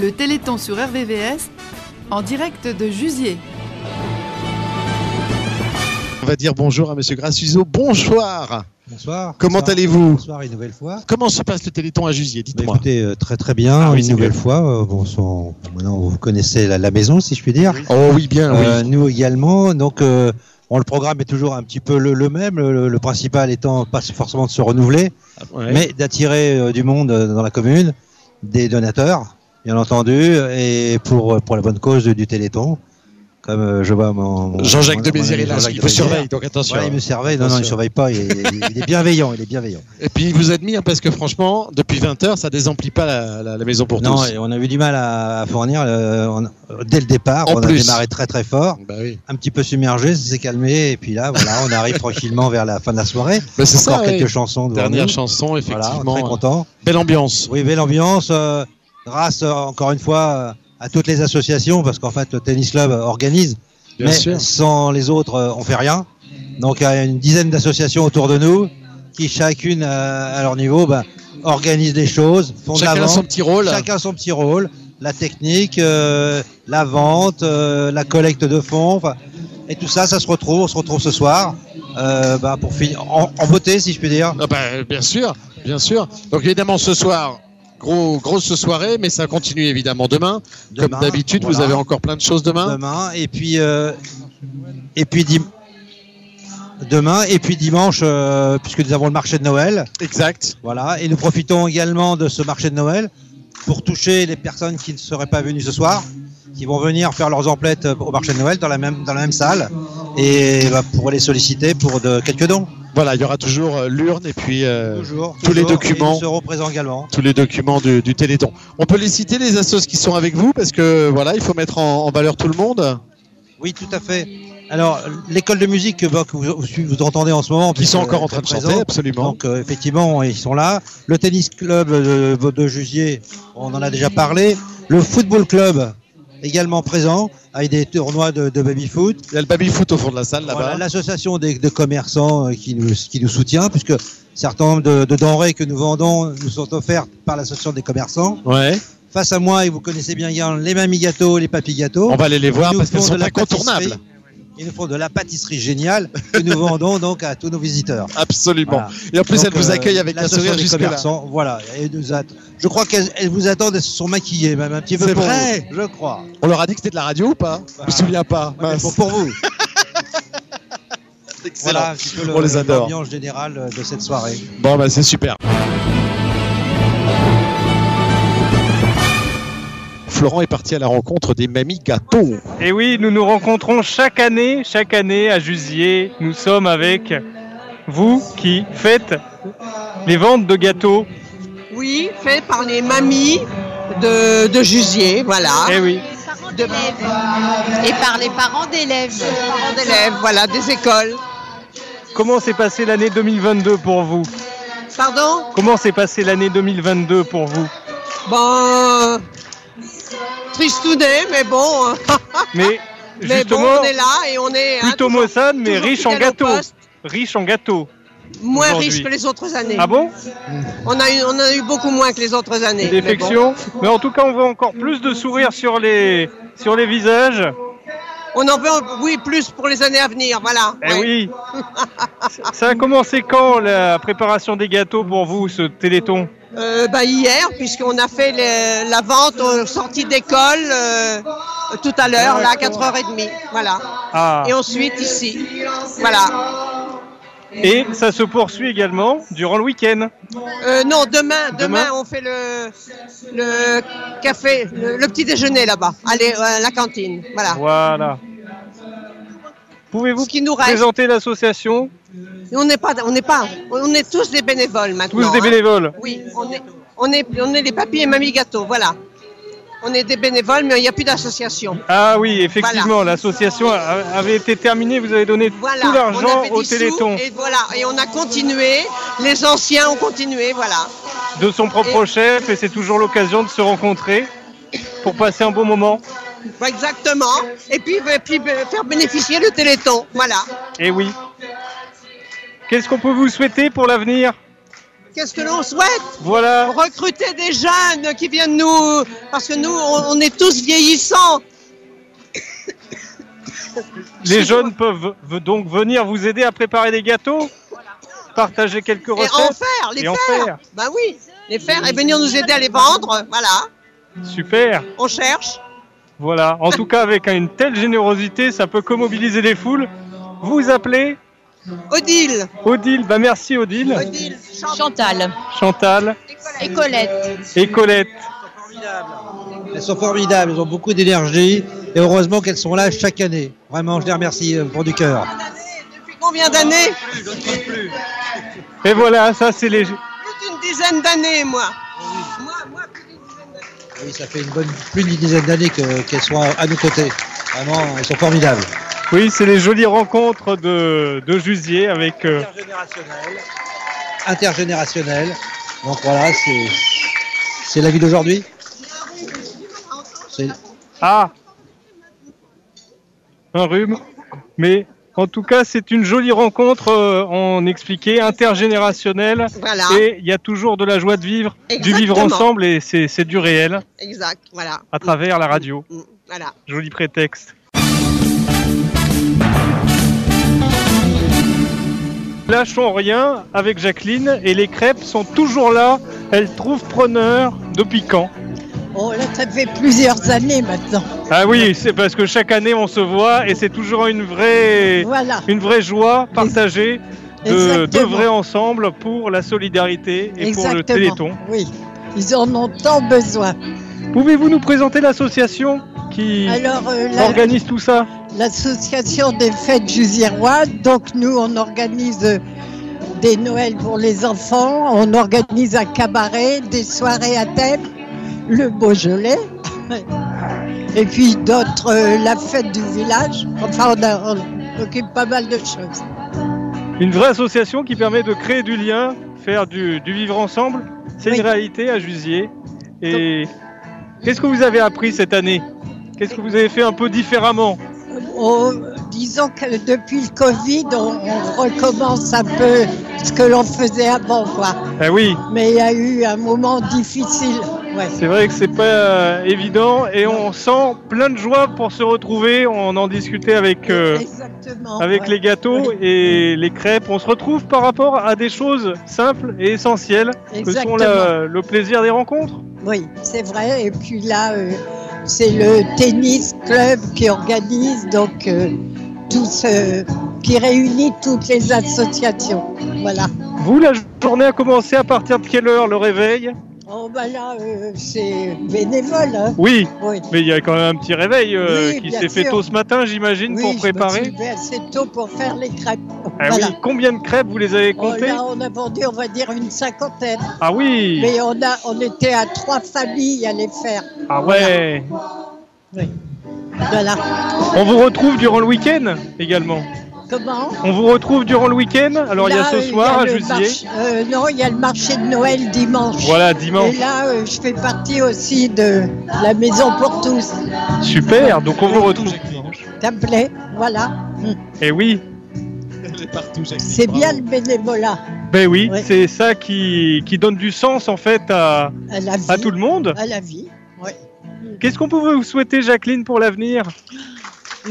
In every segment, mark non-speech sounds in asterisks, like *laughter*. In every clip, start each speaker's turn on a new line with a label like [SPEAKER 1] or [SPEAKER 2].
[SPEAKER 1] le Téléthon sur RVVS, en direct de Jusier.
[SPEAKER 2] On va dire bonjour à Monsieur Grassuzo. Bonsoir.
[SPEAKER 3] Bonsoir.
[SPEAKER 2] Comment
[SPEAKER 3] Bonsoir.
[SPEAKER 2] allez-vous
[SPEAKER 3] Bonsoir une nouvelle fois.
[SPEAKER 2] Comment se passe le Téléthon à Jusier
[SPEAKER 3] Bah,
[SPEAKER 2] Dites-moi.
[SPEAKER 3] écoutez, euh, très très bien,
[SPEAKER 2] Ah oui,
[SPEAKER 3] une
[SPEAKER 2] c'est
[SPEAKER 3] nouvelle
[SPEAKER 2] mieux.
[SPEAKER 3] fois. euh, bon, sans- maintenant vous connaissez la, la maison, si je puis dire.
[SPEAKER 2] Oh oui, bien, oui.
[SPEAKER 3] Euh, nous également. Donc, euh, bon, le programme est toujours un petit peu le, le même. Le, le principal étant pas forcément de se renouveler,
[SPEAKER 2] Ah, Ouais.
[SPEAKER 3] mais d'attirer euh, du monde euh, dans la commune, des donateurs, bien entendu, et pour, euh, pour la bonne cause du Téléthon. Comme euh, je vois mon. mon-
[SPEAKER 2] Jean-Jacques
[SPEAKER 3] mon-
[SPEAKER 2] de
[SPEAKER 3] mon
[SPEAKER 2] Béziers
[SPEAKER 3] ami
[SPEAKER 2] est là,
[SPEAKER 3] Jean-Jacques
[SPEAKER 2] il
[SPEAKER 3] de
[SPEAKER 2] vous surveille,
[SPEAKER 3] Béziers.
[SPEAKER 2] donc attention.
[SPEAKER 3] Voilà, il me surveille. Non, non, il
[SPEAKER 2] Attention.
[SPEAKER 3] surveille pas. Il, il- il est bienveillant. Il est bienveillant.
[SPEAKER 2] Et puis il vous admire parce que franchement, depuis 20 heures, ça désemplit pas la, la- la maison pour
[SPEAKER 3] non,
[SPEAKER 2] tous.
[SPEAKER 3] et on a eu du mal à, à fournir euh, on- euh, dès le départ.
[SPEAKER 2] En
[SPEAKER 3] on
[SPEAKER 2] plus.
[SPEAKER 3] a démarré très très fort,
[SPEAKER 2] Bah oui.
[SPEAKER 3] un petit peu submergé, ça s'est calmé, et puis là, voilà,
[SPEAKER 2] *laughs*
[SPEAKER 3] on arrive tranquillement vers la fin de la soirée.
[SPEAKER 2] Bah, c'est ça,
[SPEAKER 3] Encore
[SPEAKER 2] ouais.
[SPEAKER 3] quelques chansons. devant
[SPEAKER 2] Dernière
[SPEAKER 3] nous.
[SPEAKER 2] chanson,
[SPEAKER 3] Voilà,
[SPEAKER 2] effectivement. euh,
[SPEAKER 3] très content.
[SPEAKER 2] Belle ambiance.
[SPEAKER 3] Oui, belle ambiance. euh, grâce euh, encore une fois euh, à toutes les associations, parce qu'en fait, le tennis club euh, organise,
[SPEAKER 2] Bien
[SPEAKER 3] mais
[SPEAKER 2] sûr.
[SPEAKER 3] sans les autres, euh, on fait rien. Donc, il y a une dizaine d'associations autour de nous qui chacune euh, à leur niveau bah, organisent les choses, font de
[SPEAKER 2] Chacun a
[SPEAKER 3] l'avant.
[SPEAKER 2] son petit rôle.
[SPEAKER 3] Chacun son petit rôle, la technique, euh, la vente, euh, la collecte de fonds, enfin, et tout ça, ça se retrouve, on se retrouve ce soir euh, bah, pour finir en, en beauté, si je puis dire.
[SPEAKER 2] Ah bah, bien sûr, bien sûr. Donc évidemment ce soir, gros, grosse soirée, mais ça continue évidemment demain.
[SPEAKER 3] Demain,
[SPEAKER 2] Comme d'habitude, vous
[SPEAKER 3] voilà,
[SPEAKER 2] avez encore plein de choses demain.
[SPEAKER 3] demain, et puis euh, et puis dim- demain, et puis dimanche, euh, puisque nous avons le marché de Noël,
[SPEAKER 2] Exact.
[SPEAKER 3] voilà, et nous profitons également de ce marché de Noël pour toucher les personnes qui ne seraient pas venues ce soir. qui vont venir faire leurs emplettes euh, au marché de Noël dans la même, dans la même salle et bah, pour les solliciter pour de, quelques dons.
[SPEAKER 2] Voilà, il y aura toujours euh, l'urne et puis euh,
[SPEAKER 3] Toujours,
[SPEAKER 2] tous les
[SPEAKER 3] toujours,
[SPEAKER 2] documents.
[SPEAKER 3] et Ils seront présents également.
[SPEAKER 2] tous les documents du, du Téléthon. On peut les citer les assos qui sont avec vous parce que voilà, il faut mettre en, en valeur tout le monde
[SPEAKER 3] Oui, tout à fait. Alors, l'école de musique que bah, que vous, vous- vous entendez en ce moment.
[SPEAKER 2] qui sont
[SPEAKER 3] puisque,
[SPEAKER 2] encore en
[SPEAKER 3] euh,
[SPEAKER 2] train de
[SPEAKER 3] très
[SPEAKER 2] chanter,
[SPEAKER 3] présents.
[SPEAKER 2] absolument.
[SPEAKER 3] Donc, euh, effectivement, ils sont là. Le tennis club de, de Jusier, on en a déjà parlé. Le football club, également présent, avec des tournois de, de baby-foot.
[SPEAKER 2] Il y a le baby foot au fond de la salle
[SPEAKER 3] Voilà,
[SPEAKER 2] là-bas.
[SPEAKER 3] L'association des, de commerçants euh, qui nous, qui nous soutient, puisque certains nombre de, de denrées que nous vendons nous sont offertes par l'association des commerçants.
[SPEAKER 2] Ouais.
[SPEAKER 3] Face à moi, et vous connaissez bien également les mamies gâteaux, les papy gâteaux.
[SPEAKER 2] On va aller les voir
[SPEAKER 3] Ils nous
[SPEAKER 2] Ah, parce qu'elles
[SPEAKER 3] font Oh,
[SPEAKER 2] sont
[SPEAKER 3] de la
[SPEAKER 2] incontournables.
[SPEAKER 3] pâtisserie. Ils nous font de la pâtisserie géniale que nous vendons donc à tous nos visiteurs.
[SPEAKER 2] Absolument.
[SPEAKER 3] Voilà.
[SPEAKER 2] Et en plus,
[SPEAKER 3] Donc,
[SPEAKER 2] elles vous
[SPEAKER 3] euh,
[SPEAKER 2] accueillent avec un
[SPEAKER 3] l'association
[SPEAKER 2] sourire
[SPEAKER 3] des
[SPEAKER 2] jusque-là.
[SPEAKER 3] commerçants, Voilà, et nous att- je crois qu'elles elles vous attendent, elles se sont maquillées même un petit peu
[SPEAKER 2] C'est
[SPEAKER 3] pour
[SPEAKER 2] vrai
[SPEAKER 3] vous, je crois.
[SPEAKER 2] On leur a dit que c'était de la radio ou pas Je me souviens pas.
[SPEAKER 3] Ouais, mais
[SPEAKER 2] Mince.
[SPEAKER 3] pour, pour vous.
[SPEAKER 2] Excellent.
[SPEAKER 3] voilà un petit peu le-
[SPEAKER 2] On les adore.
[SPEAKER 3] l'ambiance générale euh, de cette soirée.
[SPEAKER 2] Bon, bah, c'est super. Florent est parti à la rencontre des mamies gâteaux.
[SPEAKER 4] Et oui, nous nous rencontrons chaque année, chaque année à Jusier. Nous sommes avec vous qui faites les ventes de gâteaux.
[SPEAKER 5] Oui, fait par les mamies de, de Jusier, voilà.
[SPEAKER 4] Eh oui,
[SPEAKER 5] De-
[SPEAKER 6] et par les parents d'élèves.
[SPEAKER 5] parents d'élèves, voilà, des écoles.
[SPEAKER 4] comment s'est passée l'année 2022 pour vous
[SPEAKER 5] Pardon
[SPEAKER 4] Comment s'est passée l'année 2022 pour
[SPEAKER 5] *laughs*
[SPEAKER 4] vous
[SPEAKER 5] Bon. euh, Tristounet, mais bon. hein. *laughs*
[SPEAKER 4] Mais
[SPEAKER 5] Mais bon,
[SPEAKER 4] justement,
[SPEAKER 5] on est là et on est. hein,
[SPEAKER 4] plutôt
[SPEAKER 5] toujours-
[SPEAKER 4] maussade, mais
[SPEAKER 5] toujours
[SPEAKER 4] riche en
[SPEAKER 5] fidèle au
[SPEAKER 4] gâteaux.
[SPEAKER 5] poste,
[SPEAKER 4] Riche en gâteaux.
[SPEAKER 5] Moins
[SPEAKER 4] Aujourd'hui.
[SPEAKER 5] riche que les autres années.
[SPEAKER 4] Ah bon
[SPEAKER 5] on, a eu, on a eu beaucoup moins que les autres années. mais bon.
[SPEAKER 4] Défection. Mais en tout cas, on voit encore plus de sourires sur les, sur les visages.
[SPEAKER 5] On en veut, oui, plus pour les années à venir, voilà.
[SPEAKER 4] Eh
[SPEAKER 5] Ouais.
[SPEAKER 4] oui. Ça a commencé quand la préparation des gâteaux pour vous, ce téléthon
[SPEAKER 5] Euh, bah, hier, puisqu'on a fait les- la vente aux sorties d'école euh, tout à l'heure, là, à 4h30. Voilà.
[SPEAKER 4] Ah.
[SPEAKER 5] Et ensuite, ici. Voilà.
[SPEAKER 4] Et ça se poursuit également durant le week-end.
[SPEAKER 5] Euh, non, demain, demain,
[SPEAKER 4] Demain
[SPEAKER 5] on fait le, le café, le, le petit déjeuner là-bas, allez, à la cantine. Voilà.
[SPEAKER 4] Voilà. Pouvez-vous
[SPEAKER 5] Ah. Ce qui nous reste,
[SPEAKER 4] présenter l'association
[SPEAKER 5] on n'est pas, on n'est pas, on est tous des bénévoles maintenant.
[SPEAKER 4] Tous des
[SPEAKER 5] hein.
[SPEAKER 4] bénévoles.
[SPEAKER 5] Oui, on est, on est, on est les papiers et mamie gâteau, voilà. On est des bénévoles, mais il n'y a plus d'association.
[SPEAKER 4] Ah oui, effectivement, l'association a- avait été terminée. Vous avez donné
[SPEAKER 5] Voilà,
[SPEAKER 4] tout
[SPEAKER 5] on
[SPEAKER 4] l'argent
[SPEAKER 5] avait
[SPEAKER 4] au
[SPEAKER 5] dissous
[SPEAKER 4] Téléthon
[SPEAKER 5] Et voilà, et on a continué, les anciens ont continué, voilà.
[SPEAKER 4] de son propre chef et c'est toujours l'occasion de se rencontrer pour passer un bon moment.
[SPEAKER 5] Bah, Exactement. Et puis, et puis euh, faire bénéficier le Téléthon, voilà.
[SPEAKER 4] Eh Et oui. Qu'est-ce qu'on peut vous souhaiter pour l'avenir
[SPEAKER 5] Qu'est-ce que l'on souhaite
[SPEAKER 4] Voilà.
[SPEAKER 5] Recruter des jeunes qui viennent nous... Parce que nous, on, on est tous vieillissants.
[SPEAKER 4] Les jeunes peuvent v- donc venir vous aider à préparer des gâteaux, partager quelques
[SPEAKER 5] Et en
[SPEAKER 4] recettes.
[SPEAKER 5] faire, les
[SPEAKER 4] Et en
[SPEAKER 5] faire.
[SPEAKER 4] faire.
[SPEAKER 5] Ben oui, les faire et venir nous aider à les vendre. Voilà,
[SPEAKER 4] Super.
[SPEAKER 5] on cherche.
[SPEAKER 4] Voilà. En tout cas, avec une telle générosité, ça peut commobiliser les foules. Vous appelez
[SPEAKER 5] Odile,
[SPEAKER 4] Odile. Bah merci Odile,
[SPEAKER 5] Odile,
[SPEAKER 6] Chantal
[SPEAKER 4] Chantal
[SPEAKER 6] et Colette.
[SPEAKER 4] et Colette.
[SPEAKER 3] Elles sont formidables, elles ont beaucoup d'énergie et heureusement qu'elles sont là chaque année. Vraiment, je les remercie euh, pour du cœur.
[SPEAKER 5] depuis combien d'années
[SPEAKER 4] Et voilà, ça c'est les.
[SPEAKER 5] Plus d'une dizaine d'années, moi. Moi, moi, plus d'une dizaine d'années.
[SPEAKER 3] Oui, ça fait une bonne, plus d'une dizaine d'années que- qu'elles sont à, à nos côtés. Vraiment, elles sont formidables.
[SPEAKER 4] Oui, c'est les jolies rencontres de, de Jusier avec. euh,
[SPEAKER 3] Intergénérationnelles. Intergénérationnelles. Donc voilà, c'est c'est la vie d'aujourd'hui. C'est-
[SPEAKER 4] Ah Un rhume. Mais en tout cas, c'est une jolie rencontre, euh, on expliquait, intergénérationnelle.
[SPEAKER 5] Voilà,
[SPEAKER 7] Hein
[SPEAKER 4] Et il y a toujours de la joie de vivre,
[SPEAKER 5] Exactement.
[SPEAKER 4] du vivre ensemble, et c'est c'est du réel
[SPEAKER 5] exact, voilà.
[SPEAKER 4] à travers la radio.
[SPEAKER 5] Mm, Voilà.
[SPEAKER 4] Joli prétexte. Lâchons rien avec Jacqueline et les crêpes sont toujours là. Elles trouvent preneur depuis quand
[SPEAKER 7] Oh là, ça fait plusieurs années maintenant.
[SPEAKER 4] Ah oui, c'est parce que chaque année on se voit et c'est toujours une vraie,
[SPEAKER 7] Voilà,
[SPEAKER 4] une vraie joie partagée de,
[SPEAKER 7] Exactement.
[SPEAKER 4] d'œuvrer ensemble pour la solidarité et pour le Téléthon.
[SPEAKER 7] exactement. Oui, ils en ont tant besoin.
[SPEAKER 4] Pouvez-vous nous présenter l'association qui
[SPEAKER 7] Alors, euh, la-
[SPEAKER 4] organise tout ça
[SPEAKER 7] l'association des fêtes jusiéroises, donc nous, on organise euh, des Noëls pour les enfants, on organise un cabaret, des soirées à thème, le Beaujolais, *laughs* et puis d'autres, euh, la fête du village. Enfin, on, a- on occupe pas mal de choses.
[SPEAKER 4] Une vraie association qui permet de créer du lien, faire du, du vivre ensemble. C'est
[SPEAKER 7] Oui.
[SPEAKER 4] une réalité à Jusier. Et qu'est-ce que vous avez appris cette année Qu'est-ce que vous avez fait un peu différemment
[SPEAKER 7] On- Oh, disons que depuis le Covid, on, on recommence un peu ce que l'on faisait avant, quoi.
[SPEAKER 4] Ah oui,
[SPEAKER 7] Mais il y a eu un moment difficile. Ouais.
[SPEAKER 4] C'est vrai que c'est pas euh, évident et on sent plein de joie pour se retrouver. On en discutait avec euh,
[SPEAKER 7] Exactement.
[SPEAKER 4] avec
[SPEAKER 7] ouais.
[SPEAKER 4] les gâteaux et les crêpes. On se retrouve par rapport à des choses simples et essentielles que sont
[SPEAKER 7] Exactement.
[SPEAKER 4] la- le plaisir des rencontres.
[SPEAKER 7] Oui, c'est vrai. Et puis là, euh, c'est le tennis club qui organise donc euh, tout ce- qui réunit toutes les associations. Voilà.
[SPEAKER 4] Vous, la journée a commencé à partir de quelle heure le réveil
[SPEAKER 7] Oh bah là, euh, c'est bénévole. hein.
[SPEAKER 4] Oui,
[SPEAKER 7] Oui.
[SPEAKER 4] mais il y a quand même un petit réveil euh,
[SPEAKER 7] Oui,
[SPEAKER 4] qui
[SPEAKER 7] bien
[SPEAKER 4] s'est fait
[SPEAKER 7] sûr.
[SPEAKER 4] tôt ce matin, j'imagine,
[SPEAKER 7] Oui,
[SPEAKER 4] pour
[SPEAKER 7] Je
[SPEAKER 4] préparer.
[SPEAKER 7] me suis levé assez tôt pour faire les crêpes.
[SPEAKER 4] Ah
[SPEAKER 7] voilà.
[SPEAKER 4] oui, combien de crêpes vous les avez
[SPEAKER 7] Oh
[SPEAKER 4] comptées
[SPEAKER 7] là, on a vendu, on va dire, une cinquantaine.
[SPEAKER 4] Ah oui,
[SPEAKER 7] Mais on, a, on était à trois familles à les faire.
[SPEAKER 4] ah ouais.
[SPEAKER 7] Voilà.
[SPEAKER 4] On vous retrouve durant le week-end également.
[SPEAKER 7] Comment
[SPEAKER 4] On vous retrouve durant le week-end. Alors il y a
[SPEAKER 7] Là, euh,
[SPEAKER 4] ce soir à
[SPEAKER 7] le
[SPEAKER 4] Jussier.
[SPEAKER 7] marché- euh, non, il y a le marché de Noël dimanche.
[SPEAKER 4] Voilà, dimanche.
[SPEAKER 7] Et là, euh, je fais partie aussi de la Maison pour tous.
[SPEAKER 4] Super, donc on vous retrouve.
[SPEAKER 7] T'as plaît Voilà.
[SPEAKER 4] Eh oui,
[SPEAKER 7] C'est bien le bénévolat
[SPEAKER 4] ben oui,
[SPEAKER 7] Ouais.
[SPEAKER 4] c'est ça qui, qui donne du sens en fait à,
[SPEAKER 7] à la vie.
[SPEAKER 4] à tout le monde.
[SPEAKER 7] à la vie.
[SPEAKER 4] Qu'est-ce qu'on pouvait vous souhaiter, Jacqueline, pour l'avenir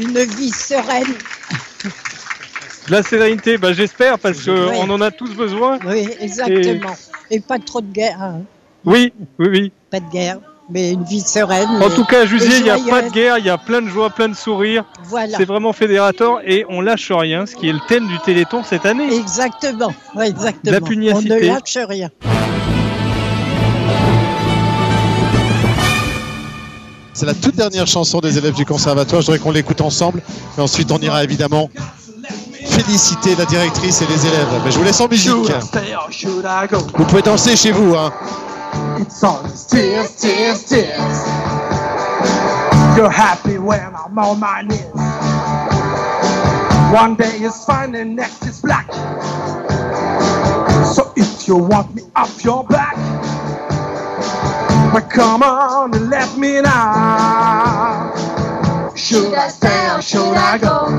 [SPEAKER 7] Une vie sereine.
[SPEAKER 4] De La sérénité, ben, j'espère, parce qu'on
[SPEAKER 7] Ouais.
[SPEAKER 4] en a tous besoin.
[SPEAKER 7] Oui, exactement. Et, pas trop de guerre. hein.
[SPEAKER 4] Oui, oui, oui.
[SPEAKER 7] Pas de guerre, mais une vie sereine.
[SPEAKER 4] En
[SPEAKER 7] mais
[SPEAKER 4] tout cas, Jusier, il n'y a
[SPEAKER 7] joyeuse.
[SPEAKER 4] pas de guerre, il y a plein de joie, plein de sourires.
[SPEAKER 7] voilà.
[SPEAKER 4] C'est vraiment fédérateur et on lâche rien, ce qui est le thème du Téléthon cette année.
[SPEAKER 7] Exactement, ouais, exactement.
[SPEAKER 4] La pugnacité.
[SPEAKER 7] On ne lâche rien.
[SPEAKER 2] C'est la toute dernière chanson des élèves du conservatoire. Je voudrais qu'on l'écoute ensemble. Et ensuite, on ira évidemment féliciter la directrice et les élèves. Mais je vous laisse en musique. Vous pouvez danser chez vous. Hein.
[SPEAKER 8] tears, tears, tears. You're happy when I'm on my knees. One day is fine and next is black. So if you want me off your back, well come on and let me now. Should I stay or should I go?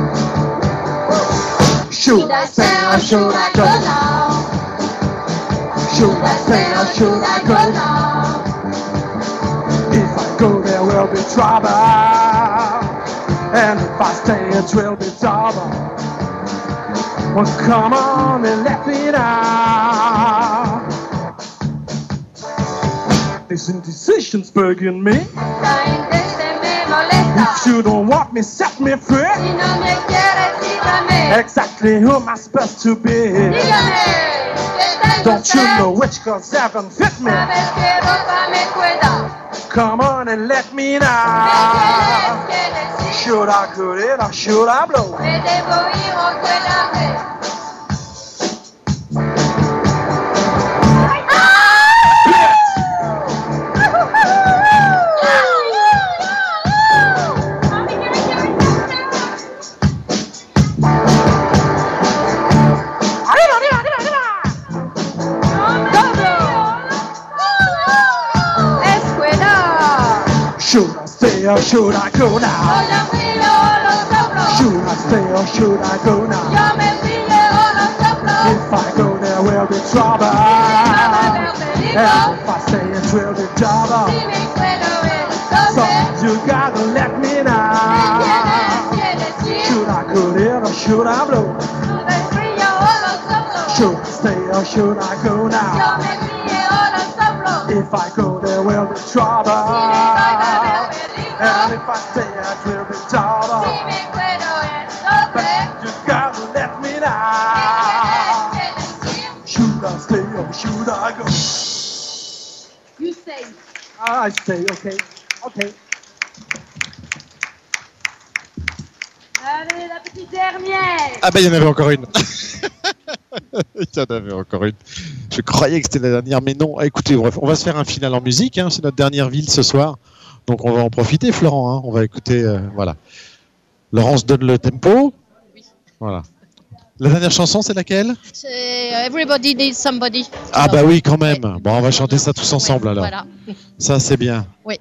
[SPEAKER 8] Should I stay or should I go now? Should I stay or should I go now? If I go, there will be trouble. And if I stay, it will be double. Well, come on and let me now. This indecision's bugging me.
[SPEAKER 9] La gente me molesta.
[SPEAKER 8] If you don't want me, set me free.
[SPEAKER 9] Si no me quieres,
[SPEAKER 8] Eh.
[SPEAKER 9] dígame.
[SPEAKER 8] Exactly who am I supposed to be?
[SPEAKER 9] Dígame. ¿Qué tal
[SPEAKER 8] Don't
[SPEAKER 9] usted?
[SPEAKER 8] you know which girls haven't fit me?
[SPEAKER 9] ¿Sabes qué ropa me cuida?
[SPEAKER 8] Come on and let me
[SPEAKER 9] ¿Me quieres
[SPEAKER 8] now.
[SPEAKER 9] que decir?
[SPEAKER 8] Should I cut it or should I blow?
[SPEAKER 9] ¿Me debo ir o quedarme?
[SPEAKER 8] Arriba, arriba, arriba, arriba! Should I stay or should I go now? Should I stay or should I go now? If I go, there will be trouble. And if I stay, it will be trouble. So you gotta let me now. Should I cut it or should I blow? Should I stay or should I go now? If I go, there will be trouble. And if I stay, it will be trouble. But you gotta let me now. Should I stay or should I go? I stay, okay, okay.
[SPEAKER 9] Allez, la petite dernière
[SPEAKER 2] Ah bah il y en avait encore une. *laughs* il y en avait encore une. Je croyais que c'était la dernière, mais non. Ah, écoutez, bref, on va se faire un final en musique. hein. C'est notre dernière ville ce soir. Donc on va en profiter, Florent. hein. On va écouter. euh, voilà. Laurence donne le tempo. Voilà. La dernière chanson, c'est laquelle
[SPEAKER 6] C'est euh, Everybody Needs Somebody.
[SPEAKER 2] Ah bah oui, quand même.
[SPEAKER 6] Ouais.
[SPEAKER 2] Bon, on va chanter ça tous ensemble
[SPEAKER 6] Ouais,
[SPEAKER 2] alors.
[SPEAKER 6] Voilà.
[SPEAKER 2] Ça, c'est bien.
[SPEAKER 6] Oui.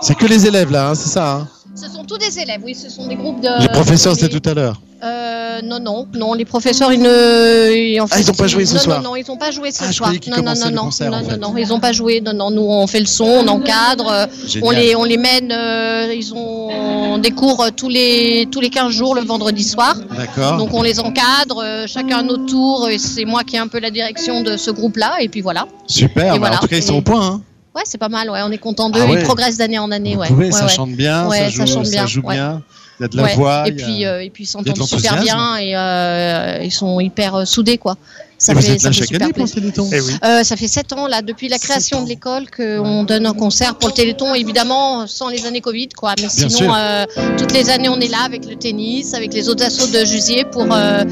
[SPEAKER 2] C'est que les élèves là, hein, c'est ça. hein
[SPEAKER 6] Ce sont tous des élèves, oui, ce sont des groupes de.
[SPEAKER 2] les professeurs,
[SPEAKER 6] des-
[SPEAKER 2] c'était tout à l'heure.
[SPEAKER 6] Euh, non, non, non, les professeurs, ils ne. ils- en
[SPEAKER 2] Ah, ils ont pas joué ce
[SPEAKER 6] non,
[SPEAKER 2] soir.
[SPEAKER 6] Non, non, ils n'ont pas joué ce
[SPEAKER 2] Ah, je
[SPEAKER 6] soir.
[SPEAKER 2] croyais qu'ils
[SPEAKER 6] Non, non,
[SPEAKER 2] commençaient
[SPEAKER 6] non,
[SPEAKER 2] le
[SPEAKER 6] non,
[SPEAKER 2] concert,
[SPEAKER 6] non,
[SPEAKER 2] en fait.
[SPEAKER 6] non, non, ils n'ont pas joué. Non, non, nous, on fait le son, on encadre, euh,
[SPEAKER 2] Génial.
[SPEAKER 6] on les, on les mène, euh, ils ont des cours euh, tous les, tous les 15 jours le vendredi soir.
[SPEAKER 2] D'accord.
[SPEAKER 6] Donc on les encadre, euh, chacun notre tour, et c'est moi qui ai un peu la direction de ce groupe-là, et puis voilà.
[SPEAKER 2] Super. bah,
[SPEAKER 6] voilà.
[SPEAKER 2] En tout cas, ils sont
[SPEAKER 6] Et-
[SPEAKER 2] au point. hein.
[SPEAKER 6] Ouais, c'est pas mal, ouais, on est content d'eux,
[SPEAKER 2] Ah ouais.
[SPEAKER 6] ils progressent d'année en année,
[SPEAKER 2] Vous
[SPEAKER 6] ouais.
[SPEAKER 2] pouvez,
[SPEAKER 6] ouais,
[SPEAKER 2] ça
[SPEAKER 6] ouais.
[SPEAKER 2] chante bien,
[SPEAKER 6] Ouais,
[SPEAKER 2] ça
[SPEAKER 6] ça
[SPEAKER 2] joue,
[SPEAKER 6] chante
[SPEAKER 2] ça
[SPEAKER 6] bien,
[SPEAKER 2] joue
[SPEAKER 6] ouais.
[SPEAKER 2] bien. Il y a de la
[SPEAKER 6] Ouais.
[SPEAKER 2] voix.
[SPEAKER 6] et
[SPEAKER 2] il y a-
[SPEAKER 6] puis, euh, et puis ils s'entendent
[SPEAKER 2] l'enthousiasme.
[SPEAKER 6] super bien et euh, ils sont hyper euh, soudés quoi. Ça
[SPEAKER 2] Et vous
[SPEAKER 6] fait,
[SPEAKER 2] êtes là
[SPEAKER 6] ça fait
[SPEAKER 2] chaque
[SPEAKER 6] super
[SPEAKER 2] année pour le
[SPEAKER 6] plaisir.
[SPEAKER 2] Téléthon.
[SPEAKER 4] Eh oui.
[SPEAKER 6] Euh, ça fait sept ans là depuis la création de l'école qu'on donne un concert pour le Téléthon évidemment sans les années Covid quoi mais
[SPEAKER 2] Bien sûr.
[SPEAKER 6] sinon euh, toutes les années on est là avec le tennis avec les autres assos de Jusier pour euh,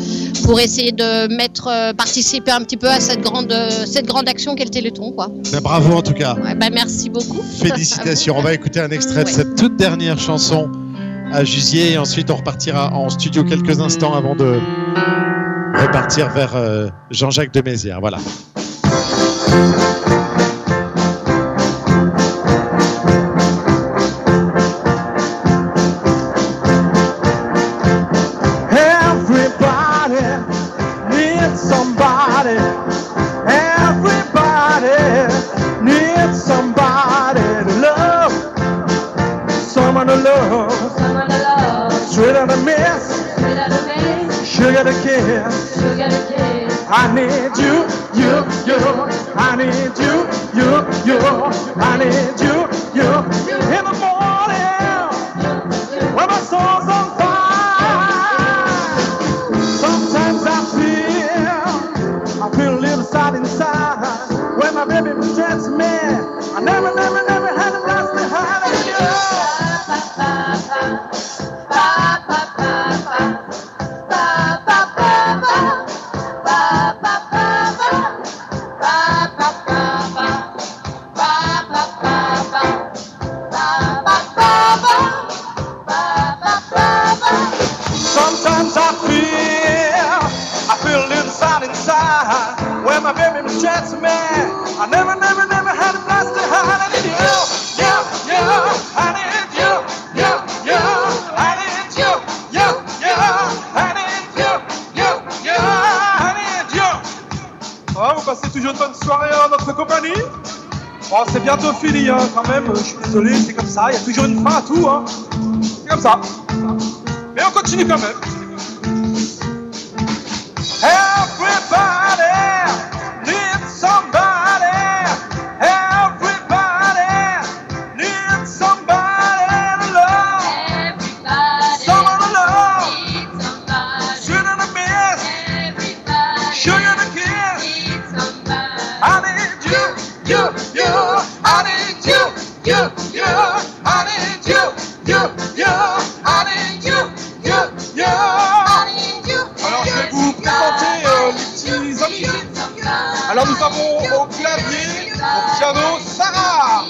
[SPEAKER 6] pour essayer de mettre euh, participer un petit peu à cette grande euh, cette grande action qu'est le Téléthon quoi.
[SPEAKER 2] Ben, bravo en tout cas.
[SPEAKER 6] Ouais, bah, merci beaucoup. *laughs*
[SPEAKER 2] Félicitations. On va écouter un extrait de
[SPEAKER 6] Ouais.
[SPEAKER 2] cette toute dernière chanson à Jusier et ensuite on repartira en studio quelques instants avant de repartir vers euh, Jean-Jacques de Mézières. Voilà.
[SPEAKER 8] Everybody needs somebody. Everybody needs somebody to love. Someone to love. Sweet and a miss. Sugar to kiss. I need you, you, you. I need you, you, you. I need you, you. In the morning when my soul's on fire. Sometimes I feel, I feel a little sad inside. When my baby protects me, I never, never, never had a blast behind you. Sometimes I feel, I feel a little sad inside. When my baby misjudges me, I never, never, never had a place to hide. I need you, you, you. I need you, you, you. I need you, you, you. I need you, you, you. I need you. hein, Ah, c'est bientôt fini, hein, quand même. Je suis désolé, c'est comme ça. Il y a toujours une fin à tout, hein. C'est comme ça. Mais on continue quand même. Everybody needs somebody. Everybody needs somebody to love. Someone to love. Shoot in the miss. Show you the kiss. I need you, you, you. I need you, you, you. I need you, you, you. I need you, you, you. Alors je vais vous présenter euh, les petits amis. Alors nous avons au clavier, au piano, Sarah.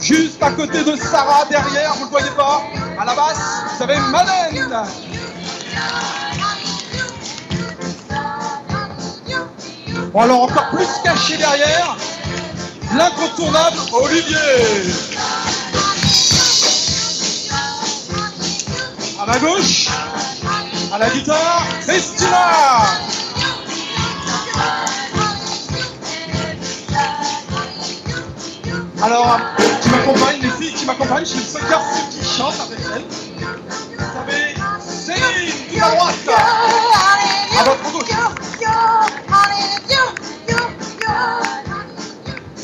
[SPEAKER 8] Juste à côté de Sarah, derrière, vous le voyez pas, à la basse, vous avez Madeleine. Bon alors encore plus caché derrière, l'incontournable Olivier. À ma gauche, à la guitare, Christina. Alors, qui m'accompagne, les filles qui m'accompagnent, j'ai cinq garçons qui chantent avec elles. Vous avez Céline, tout à droite. À votre gauche.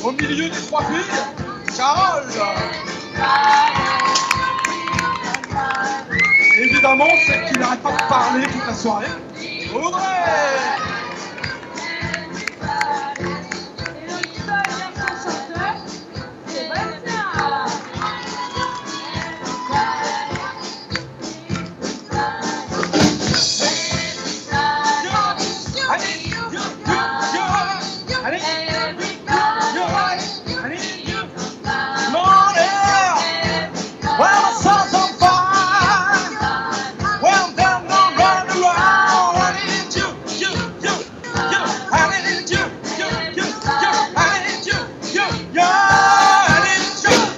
[SPEAKER 8] Au milieu des trois filles, Carole. Et évidemment, celle qui n'arrête pas de parler toute la soirée, Audrey. Allez, yo, yo, yo. Allez, yo, allez. Mon air. Well, the sun's on fire. Well, then I'll run around. I need you, you, you, you. I need you, you, you, you. I need you, you, you. I need you.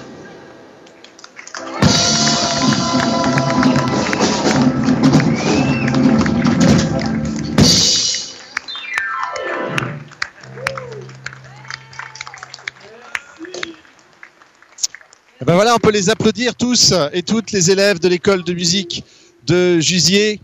[SPEAKER 2] Eh Ben voilà, on peut les applaudir tous et toutes les élèves de l'école de musique de Jusier.